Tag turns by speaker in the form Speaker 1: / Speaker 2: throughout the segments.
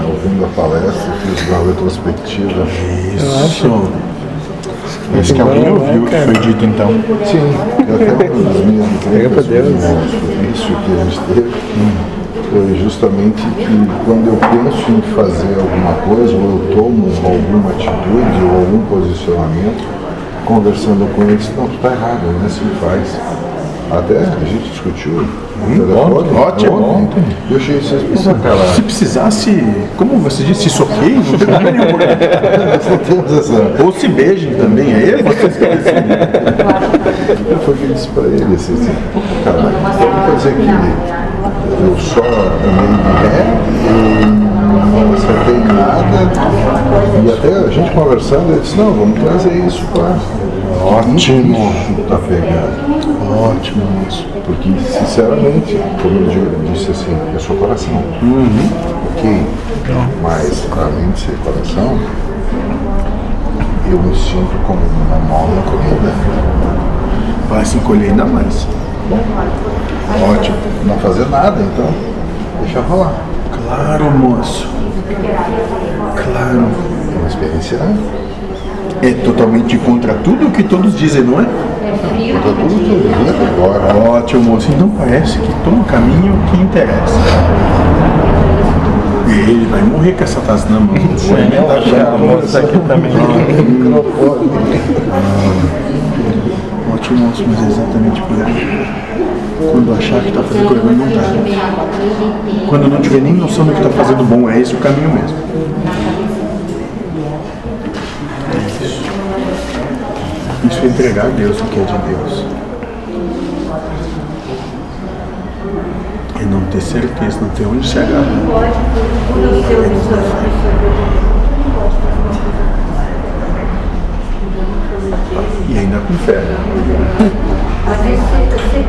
Speaker 1: vindo à Tá palestra, fiz uma retrospectiva.
Speaker 2: Isso.
Speaker 3: Acho que alguém
Speaker 2: Não,
Speaker 3: ouviu o que
Speaker 2: cara.
Speaker 3: foi dito então.
Speaker 1: Sim, eu até um dos meus
Speaker 2: pra Deus.
Speaker 1: sobre isso né, que a gente teve foi justamente que quando eu penso em fazer alguma coisa, ou eu tomo alguma atitude ou algum posicionamento, conversando com eles, não, tu tá errado, não é assim que faz. Até a gente discutiu. no telefone,
Speaker 3: ontem, ótimo, é ontem.
Speaker 1: Eu achei que vocês precisam calar.
Speaker 3: Se precisasse, como você disse, se soqueiem, não tem problema nenhum, né?
Speaker 1: Nós não temos essa.
Speaker 3: ou se beijem também, aí é vocês que
Speaker 1: Eu foi o que eu disse pra ele, assim, assim caralho, quer dizer que eu só andei de ré, eu não acertei nada, e até a gente conversando, ele disse, não, vamos trazer isso lá.
Speaker 3: Ótimo.
Speaker 1: Isso tá pegando. Ótimo isso. Porque, sinceramente, como eu digo- disse assim, eu sou coração. Ok? Mas, além de ser coração, eu me sinto como uma mola comida.
Speaker 3: Vai se encolher ainda mais.
Speaker 1: Ótimo. Não fazer nada, então. Deixa rolar.
Speaker 3: Claro, moço. Claro.
Speaker 1: É uma experiência
Speaker 3: É totalmente contra tudo o que todos dizem, não é?
Speaker 1: contra tudo que eu vivi até agora.
Speaker 3: Ótimo, moço. Então parece que toma o caminho que interessa. E ele vai morrer com essa taça na mão. né? Tá Ótimo, moço, mas é exatamente por aí. Quando achar que está fazendo coisa ruim, não está. Quando não tiver nem noção do que está fazendo bom, é esse o caminho mesmo. Isso é entregar a Deus o que é de Deus. E É não ter certeza, não ter onde se É agarrar. E ainda com fé. né?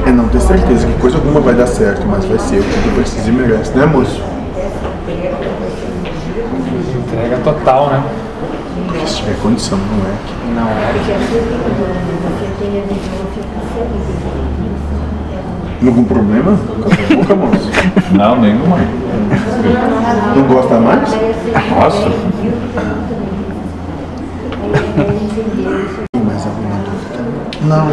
Speaker 3: É não ter certeza que coisa alguma vai dar certo, mas vai ser o que tu precisa e merece, né, moço?
Speaker 2: Entrega total, né?
Speaker 3: Porque se tiver condição, não é que
Speaker 2: Não é.
Speaker 3: Algum problema? Cala a boca, moço.
Speaker 4: Não, nenhuma.
Speaker 3: Não gosta mais?
Speaker 4: Nossa,
Speaker 3: Tem mais alguma dúvida? Não.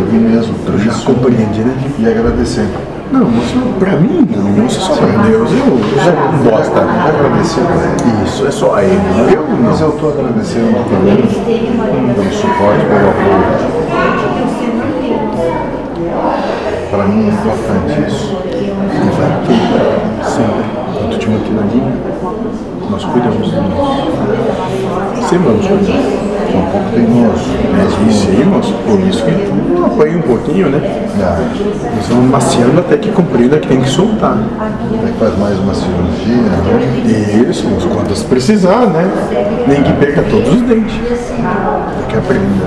Speaker 1: Eu vi mesmo.
Speaker 3: Eu já
Speaker 1: Isso.
Speaker 3: compreendi, né?
Speaker 1: E agradecer.
Speaker 3: Não, moço, pra mim não. Moço, só pra Deus. Eu, eu já bosta.
Speaker 1: Já agradeceu a ele.
Speaker 3: Isso, é só a ele. né? Eu não.
Speaker 1: Mas eu estou agradecendo ao Fernando pelo suporte, pelo apoio. Para mim é importante isso.
Speaker 3: Ele vai ter sempre. Quando te manter na linha, nós cuidamos de nós. Sempre vamos cuidar.
Speaker 1: Sou um pouco teimoso, mas
Speaker 3: Mas isso aí, moço, por isso que tu apanha um pouquinho, né?
Speaker 1: verdade.
Speaker 3: Nós vamos maciando até que compreenda que tem que soltar.
Speaker 1: Como é que faz mais uma cirurgia?
Speaker 3: Isso, mas quantas precisar, né? Nem que perca todos os dentes. Tem que aprenda.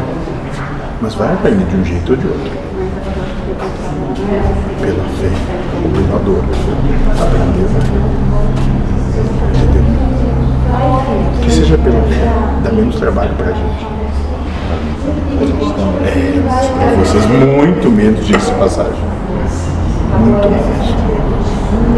Speaker 3: Mas vai aprender de um jeito ou de outro. Pela fé ou pela dor. Aprender. né? Entendeu? Que seja pela fé, dá menos trabalho pra gente. É, mas pra vocês muito menos de passagem. Muito menos.